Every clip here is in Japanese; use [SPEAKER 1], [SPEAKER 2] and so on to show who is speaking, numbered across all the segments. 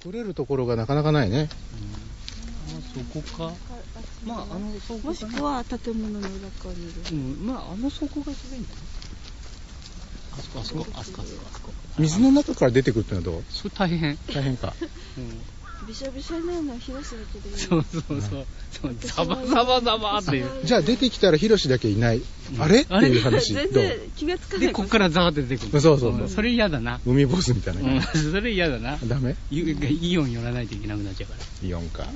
[SPEAKER 1] 取れるところがなかなかないね。
[SPEAKER 2] そこかまああの倉庫かな
[SPEAKER 3] もしくは建物の裏側にいる
[SPEAKER 2] うんまああの倉庫が一番いいんだなあそこあそこあそこあそこあそこ
[SPEAKER 1] 水の中から出てくるってのはどう
[SPEAKER 2] それ大変、
[SPEAKER 1] 大変か。
[SPEAKER 2] うん、
[SPEAKER 3] びしょびしょになるのは広瀬だけでい い
[SPEAKER 2] そうそうそうそうザバザバザバっていう
[SPEAKER 1] じゃあ出てきたらヒロシだけいない。あれって
[SPEAKER 2] あれ
[SPEAKER 1] いう 話。
[SPEAKER 3] 全
[SPEAKER 1] どう
[SPEAKER 3] 然気がつかない
[SPEAKER 2] でこっからザーって出てくる
[SPEAKER 1] そうそうそうん
[SPEAKER 2] それ嫌だな、
[SPEAKER 1] 海坊主みたいな
[SPEAKER 2] う
[SPEAKER 1] 感
[SPEAKER 2] ん、 それ嫌だな
[SPEAKER 1] じ。ダメ
[SPEAKER 2] イイオン寄らないといけなくなっちゃうから
[SPEAKER 1] イオンか。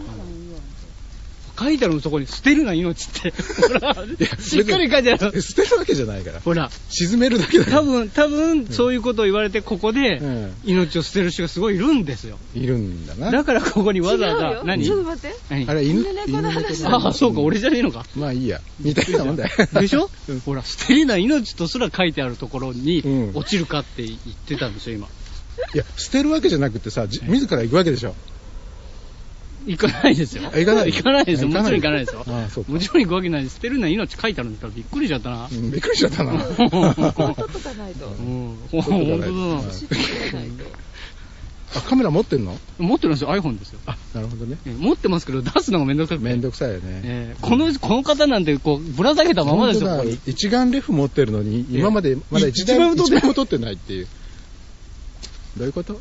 [SPEAKER 2] 書いてあるのそこに捨てるな命 ってほらしっかり書いてある
[SPEAKER 1] 捨てるわけじゃないから。
[SPEAKER 2] ほら
[SPEAKER 1] 沈めるだけだから
[SPEAKER 2] 多分多分そういうことを言われてここで
[SPEAKER 1] うん
[SPEAKER 2] 命を捨てる人がすごいいるんですよ
[SPEAKER 1] いるんだな。
[SPEAKER 2] だからここにわざわ
[SPEAKER 3] 違う
[SPEAKER 2] ざ
[SPEAKER 3] よ
[SPEAKER 2] 何
[SPEAKER 3] ちょっと待って
[SPEAKER 2] 何
[SPEAKER 1] あれ犬、
[SPEAKER 3] みんなね
[SPEAKER 1] 犬
[SPEAKER 3] この
[SPEAKER 1] 猫
[SPEAKER 3] 話
[SPEAKER 1] だ
[SPEAKER 2] ああそうか俺じゃねえのか
[SPEAKER 1] まあいいや。みたいなもんだよ。
[SPEAKER 2] でしょ
[SPEAKER 1] うん
[SPEAKER 2] ほら捨てるな命とすら書いてあるところに
[SPEAKER 1] うん
[SPEAKER 2] 落ちるかって言ってたんですよ今
[SPEAKER 1] いや、捨てるわけじゃなくてさ、じ自ら行くわけでしょ。
[SPEAKER 2] 行かないですよ
[SPEAKER 1] あ行かない
[SPEAKER 2] 行かないですよ
[SPEAKER 1] あ
[SPEAKER 2] も
[SPEAKER 1] 行かな
[SPEAKER 2] ちろん
[SPEAKER 1] い
[SPEAKER 2] 行かないですよ
[SPEAKER 1] ああそうか
[SPEAKER 2] もちろん行くわけないです捨てるな命書いてあるんだからびっく りしちゃったな
[SPEAKER 1] うんびっくりしちゃった な。
[SPEAKER 3] 取っとかないと
[SPEAKER 2] うん
[SPEAKER 1] う
[SPEAKER 2] 本
[SPEAKER 1] だね
[SPEAKER 2] 当だな
[SPEAKER 1] う
[SPEAKER 3] 知っとかないと
[SPEAKER 1] あ、カメラ持ってんの
[SPEAKER 2] 持ってるんですよ iPhone ですよ
[SPEAKER 1] あ、なるほどね。
[SPEAKER 2] え持ってますけど出すのがめんどくさくて
[SPEAKER 1] めんどくさいよね。
[SPEAKER 2] えーこのこの方なんてこうぶら下げたままですよ、こ
[SPEAKER 1] 本
[SPEAKER 2] こ
[SPEAKER 1] 当だ
[SPEAKER 2] に。
[SPEAKER 1] 一眼レフ持ってるのに、今までまだ一台
[SPEAKER 2] 一枚
[SPEAKER 1] も
[SPEAKER 2] も撮っ
[SPEAKER 1] 一
[SPEAKER 2] てない
[SPEAKER 1] 枚も撮ってないっていう。どういうこと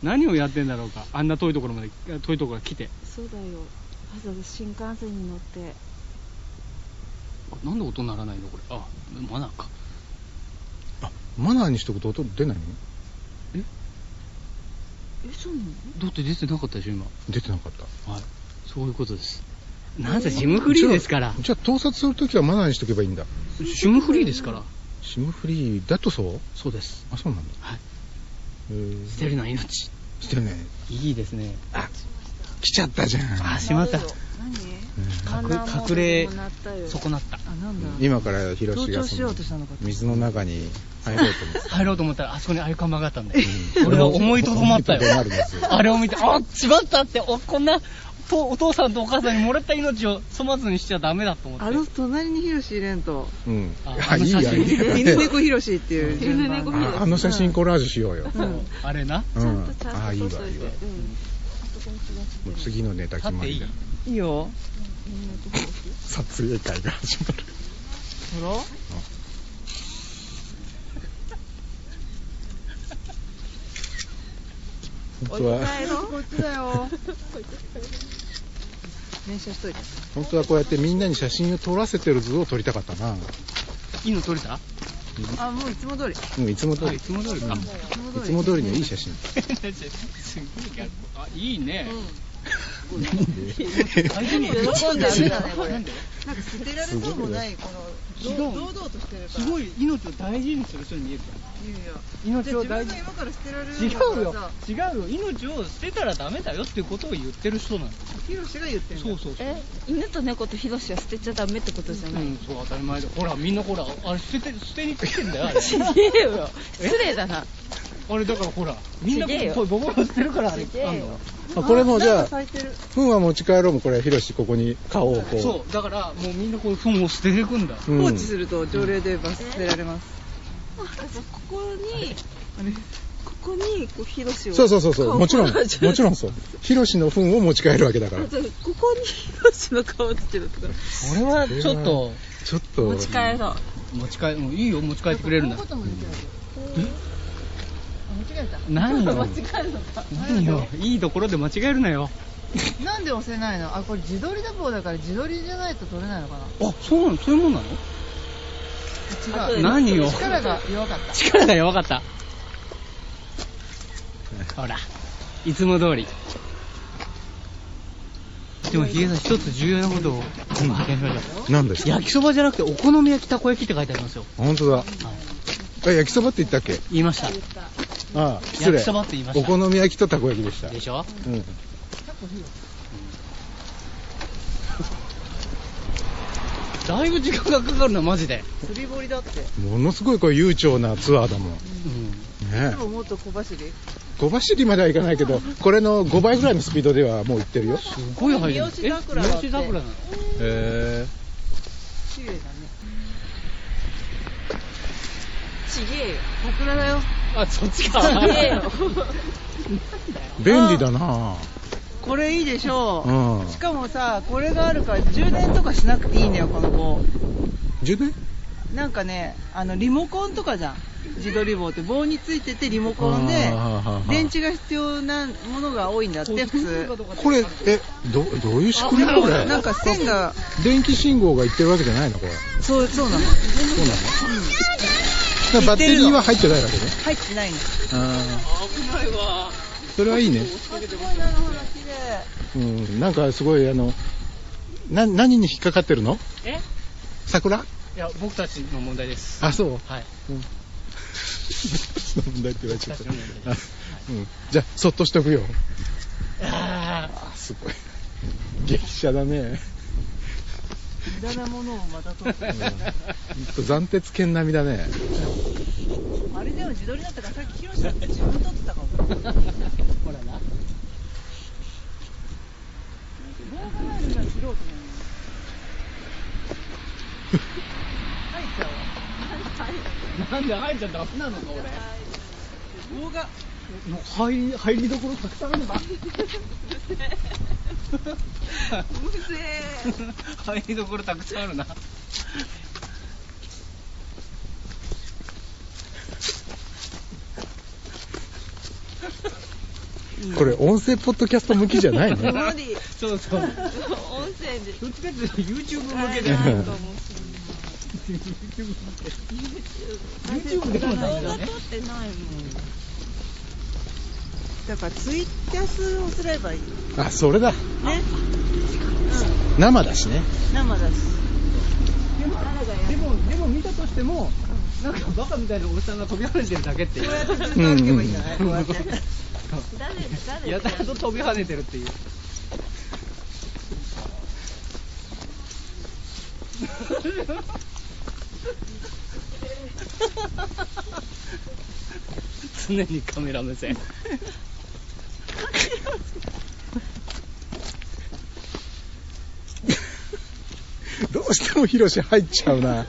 [SPEAKER 2] 何をやってんだろうか、あんな遠いところまで、遠いところから来て、
[SPEAKER 3] そうだよわざわざ新幹線に乗って
[SPEAKER 2] なんで音鳴らないの、これ、あマナーか、
[SPEAKER 1] あ、マナーにしとくと音出ないの
[SPEAKER 3] えそうなの
[SPEAKER 2] だって出てなかったでしょ、今、
[SPEAKER 1] 出てなかった。
[SPEAKER 2] はい、そういうことです、なんせ、シムフリーですから、
[SPEAKER 1] じゃあ盗撮するときはマナーにしとけばいいんだ。
[SPEAKER 2] シムフリーですから、
[SPEAKER 1] シムフリーだとそう
[SPEAKER 2] そうです、
[SPEAKER 1] あ、そうなんだ。
[SPEAKER 2] はい、
[SPEAKER 1] へー
[SPEAKER 2] 捨てるな、命、
[SPEAKER 1] 捨てるね。
[SPEAKER 2] いいですね、
[SPEAKER 1] 来ちゃったじゃん。
[SPEAKER 2] あ、しまった、
[SPEAKER 3] 何
[SPEAKER 2] 隠
[SPEAKER 3] マナーモード
[SPEAKER 2] 隠れ
[SPEAKER 3] にもなったよ
[SPEAKER 2] 損なった、
[SPEAKER 4] あ、なんだ。
[SPEAKER 1] 今からヒロシが
[SPEAKER 4] 同調しようとしたのかと
[SPEAKER 1] 水の中に入ろうと思って
[SPEAKER 2] 入ろうと思ったら、あそこにアイカンがあったんで、
[SPEAKER 1] うん
[SPEAKER 2] 俺は思いとどまったよ
[SPEAKER 1] 思いとどまるんですよ。
[SPEAKER 2] あれを見て、あしまったって、おこんなとお父さんとお母さんにもらった命を粗末にしちゃダメだと思って。
[SPEAKER 4] あの隣にヒロシいれんと、
[SPEAKER 1] うん
[SPEAKER 2] あ
[SPEAKER 1] あ、いいや、いいや。
[SPEAKER 4] 犬猫ヒロシっていう順番。
[SPEAKER 3] 犬猫ヒロシ
[SPEAKER 1] ああの写真コラージュしようよ。
[SPEAKER 2] そうあれな。
[SPEAKER 1] う
[SPEAKER 3] ちゃん
[SPEAKER 1] ん
[SPEAKER 3] とち。
[SPEAKER 1] あ
[SPEAKER 3] ゃ
[SPEAKER 1] あ、いい
[SPEAKER 3] ん
[SPEAKER 1] わ、
[SPEAKER 3] と
[SPEAKER 1] いいわ
[SPEAKER 3] 取っといて。うんあそこに気がついて
[SPEAKER 1] もう
[SPEAKER 3] る
[SPEAKER 1] 次のネタ決まりだ。
[SPEAKER 4] いいよ。
[SPEAKER 1] 撮影会が始まる。
[SPEAKER 4] ほら。
[SPEAKER 1] 本当は、
[SPEAKER 4] こっちだよ。練習しといて。
[SPEAKER 1] 本当はこうやってみんなに写真を撮らせてる図を撮りたかったな。
[SPEAKER 2] いいの撮れた
[SPEAKER 4] あ、もういつも通り。い
[SPEAKER 1] うん、いつも通
[SPEAKER 2] あ
[SPEAKER 1] り。
[SPEAKER 2] いつも通りか。
[SPEAKER 4] つも通
[SPEAKER 1] い
[SPEAKER 4] り。
[SPEAKER 1] つも通りのいい写真。
[SPEAKER 2] すごいギャル。あ、いいね。
[SPEAKER 4] 喜んだダメだね、これ。
[SPEAKER 2] な
[SPEAKER 4] なんん
[SPEAKER 2] で
[SPEAKER 4] か捨てられそうもない、この、堂々としてるか
[SPEAKER 2] す
[SPEAKER 4] ら。
[SPEAKER 2] ごい命を大事にする人に見える
[SPEAKER 4] いやいや。じ
[SPEAKER 2] 命
[SPEAKER 4] ゃあ
[SPEAKER 2] を
[SPEAKER 4] 自
[SPEAKER 2] 大
[SPEAKER 4] 分
[SPEAKER 2] 事
[SPEAKER 4] が今から捨てられる
[SPEAKER 2] 違うよ
[SPEAKER 4] んだからさ。
[SPEAKER 2] 違うよ命を捨てたらダメだよっていうことを言ってる人なの
[SPEAKER 4] ヒロシが言ってんだ。
[SPEAKER 2] そうそうそう
[SPEAKER 3] え犬と猫とヒロシは捨てちゃダメってことじゃ
[SPEAKER 2] う
[SPEAKER 3] ない、
[SPEAKER 2] んそう当たり前でほらみんなほらあれ捨てて捨てに来てんだよあ れ
[SPEAKER 3] ちげえよ失礼だな
[SPEAKER 2] あれだからほらみんな
[SPEAKER 3] すげえよ
[SPEAKER 2] こうボコボコ捨てるからあれ
[SPEAKER 3] すげえよ
[SPEAKER 2] あんの
[SPEAKER 1] あこれもうじ
[SPEAKER 4] な
[SPEAKER 1] ゃ
[SPEAKER 4] んか
[SPEAKER 1] あ、
[SPEAKER 4] 咲いてる。
[SPEAKER 1] 糞は持ち帰ろうも、これ、ヒロシ、ここに顔をこう。
[SPEAKER 2] そうだからもうみんなこういう糞を捨てていくんだ
[SPEAKER 1] う
[SPEAKER 4] 放
[SPEAKER 1] ん
[SPEAKER 4] 置すると条例で罰せられます。
[SPEAKER 3] ここにここにこうヒロシを
[SPEAKER 1] そうそうそうそう、もちろん、も
[SPEAKER 3] ちろん
[SPEAKER 1] ちろんそう。ヒロシの糞を持ち帰るわけだから。
[SPEAKER 3] ここにヒロシの顔つけるとか
[SPEAKER 2] それはちょっと
[SPEAKER 1] ちょっと。
[SPEAKER 3] 持ち帰ろう
[SPEAKER 2] 持ち帰もういいよ持ち帰ってくれるんだ
[SPEAKER 4] こういうこともできるあ間違え
[SPEAKER 2] 何よ何よいいところで間違えるなよ
[SPEAKER 4] た。なんで押せないのあ、これ自撮りだ棒だから自撮りじゃないと取れないのかな
[SPEAKER 2] あそうなのそういうもんなの
[SPEAKER 3] あと
[SPEAKER 4] 違う。
[SPEAKER 3] で
[SPEAKER 2] 何よ
[SPEAKER 4] 力が弱かった。
[SPEAKER 2] 力が弱かったほらいつも通りでもヒゲさん一つ重要なことを今発見しました
[SPEAKER 1] なんですか
[SPEAKER 2] 焼きそばじゃなくてお好み焼きたこ焼きって書いてありますよ
[SPEAKER 1] 本当だ。あ、焼きそばって言ったっけ
[SPEAKER 2] 言いました
[SPEAKER 1] ああ、失礼。
[SPEAKER 2] 焼きそばって言いまし
[SPEAKER 1] お
[SPEAKER 2] た
[SPEAKER 1] 好み焼きとたこ焼きでした。
[SPEAKER 2] でしょ
[SPEAKER 1] うん。
[SPEAKER 2] だいぶ時間がかかるなマジで、
[SPEAKER 4] 釣り堀だって。
[SPEAKER 1] ものすごいこう悠長なツアーだもん。ね
[SPEAKER 4] で
[SPEAKER 1] え。
[SPEAKER 4] ももっと小走り。
[SPEAKER 1] 5走りまではいかないけど、これの5倍ぐらいのスピードではもう行ってるよ。
[SPEAKER 2] すごい入る
[SPEAKER 4] 三好桜だ
[SPEAKER 2] え
[SPEAKER 4] って
[SPEAKER 2] 三好桜なの
[SPEAKER 1] へ
[SPEAKER 4] 綺麗だね。
[SPEAKER 3] ちげえよ
[SPEAKER 4] 桜だよ。
[SPEAKER 2] あそっちか
[SPEAKER 3] ちげえよ
[SPEAKER 1] 便利だな
[SPEAKER 4] これいいでしょ
[SPEAKER 1] う
[SPEAKER 4] う、
[SPEAKER 1] ん
[SPEAKER 4] しかもさこれがあるから充電とかしなくていいんだよこの子
[SPEAKER 1] 充電
[SPEAKER 4] なんかねあのリモコンとかじゃん自撮り棒って棒についててリモコンで
[SPEAKER 1] あーはーはー
[SPEAKER 4] 電池が必要なものが多いんだって普通
[SPEAKER 1] これえどどういう仕組みこれ
[SPEAKER 4] なんか線が
[SPEAKER 1] 電気信号がいってるわけじゃないのこれ
[SPEAKER 4] そうそうなの
[SPEAKER 1] そうなのだからバッテリーは入ってないわけね
[SPEAKER 4] 入ってないの
[SPEAKER 1] あ
[SPEAKER 2] 危ないわ。
[SPEAKER 1] ーそれはいいね
[SPEAKER 4] すごいなるほど綺麗
[SPEAKER 1] うんなんかすごいあのな何に引っかかってるの
[SPEAKER 2] え
[SPEAKER 1] 桜
[SPEAKER 2] いや、僕たちの問題です。
[SPEAKER 1] あそう
[SPEAKER 2] はい。
[SPEAKER 1] その問題って言われちゃった
[SPEAKER 2] 確かに
[SPEAKER 1] あうんじゃあそっとしとくよ
[SPEAKER 2] あ
[SPEAKER 1] あすごい激写だね
[SPEAKER 5] 無駄なものをまた取って
[SPEAKER 2] ー
[SPEAKER 1] ほんと斬鉄剣並みだね
[SPEAKER 4] あれでも自撮りだったからさっきヒロシさん自分撮ってたかも動
[SPEAKER 2] ほら
[SPEAKER 4] 画
[SPEAKER 2] な。
[SPEAKER 4] ないのが素人なのよ入っちゃうわ
[SPEAKER 2] なんで入っちゃダメなのか、
[SPEAKER 4] 動画
[SPEAKER 2] 俺。の入り、入りどころたくさんあるのか。
[SPEAKER 4] うぜえ
[SPEAKER 2] 入りどころたくさんあるな。
[SPEAKER 1] これ音声ポッドキャスト向きじゃ ないの
[SPEAKER 4] 無理
[SPEAKER 2] そうそう。
[SPEAKER 4] 音声で
[SPEAKER 2] どっちかっていうと YouTube 向け
[SPEAKER 4] 使
[SPEAKER 2] で
[SPEAKER 4] え。ないと思う
[SPEAKER 2] YouTube でもダメだね
[SPEAKER 4] 動。画撮ってないもんだからツイキャスをすればいいね
[SPEAKER 1] あそれだ
[SPEAKER 4] うん
[SPEAKER 1] 生だしね
[SPEAKER 4] 生だし
[SPEAKER 2] でも、でも見たとしても、なんかバカみたいなおじさんが飛び跳ねてるだけっていう。
[SPEAKER 1] うんうん
[SPEAKER 4] けばいいんじゃないこうやって
[SPEAKER 2] やたらと飛び跳ねてるっていう。 常にカメラ目線。
[SPEAKER 1] どうしてもヒロシ入っちゃうな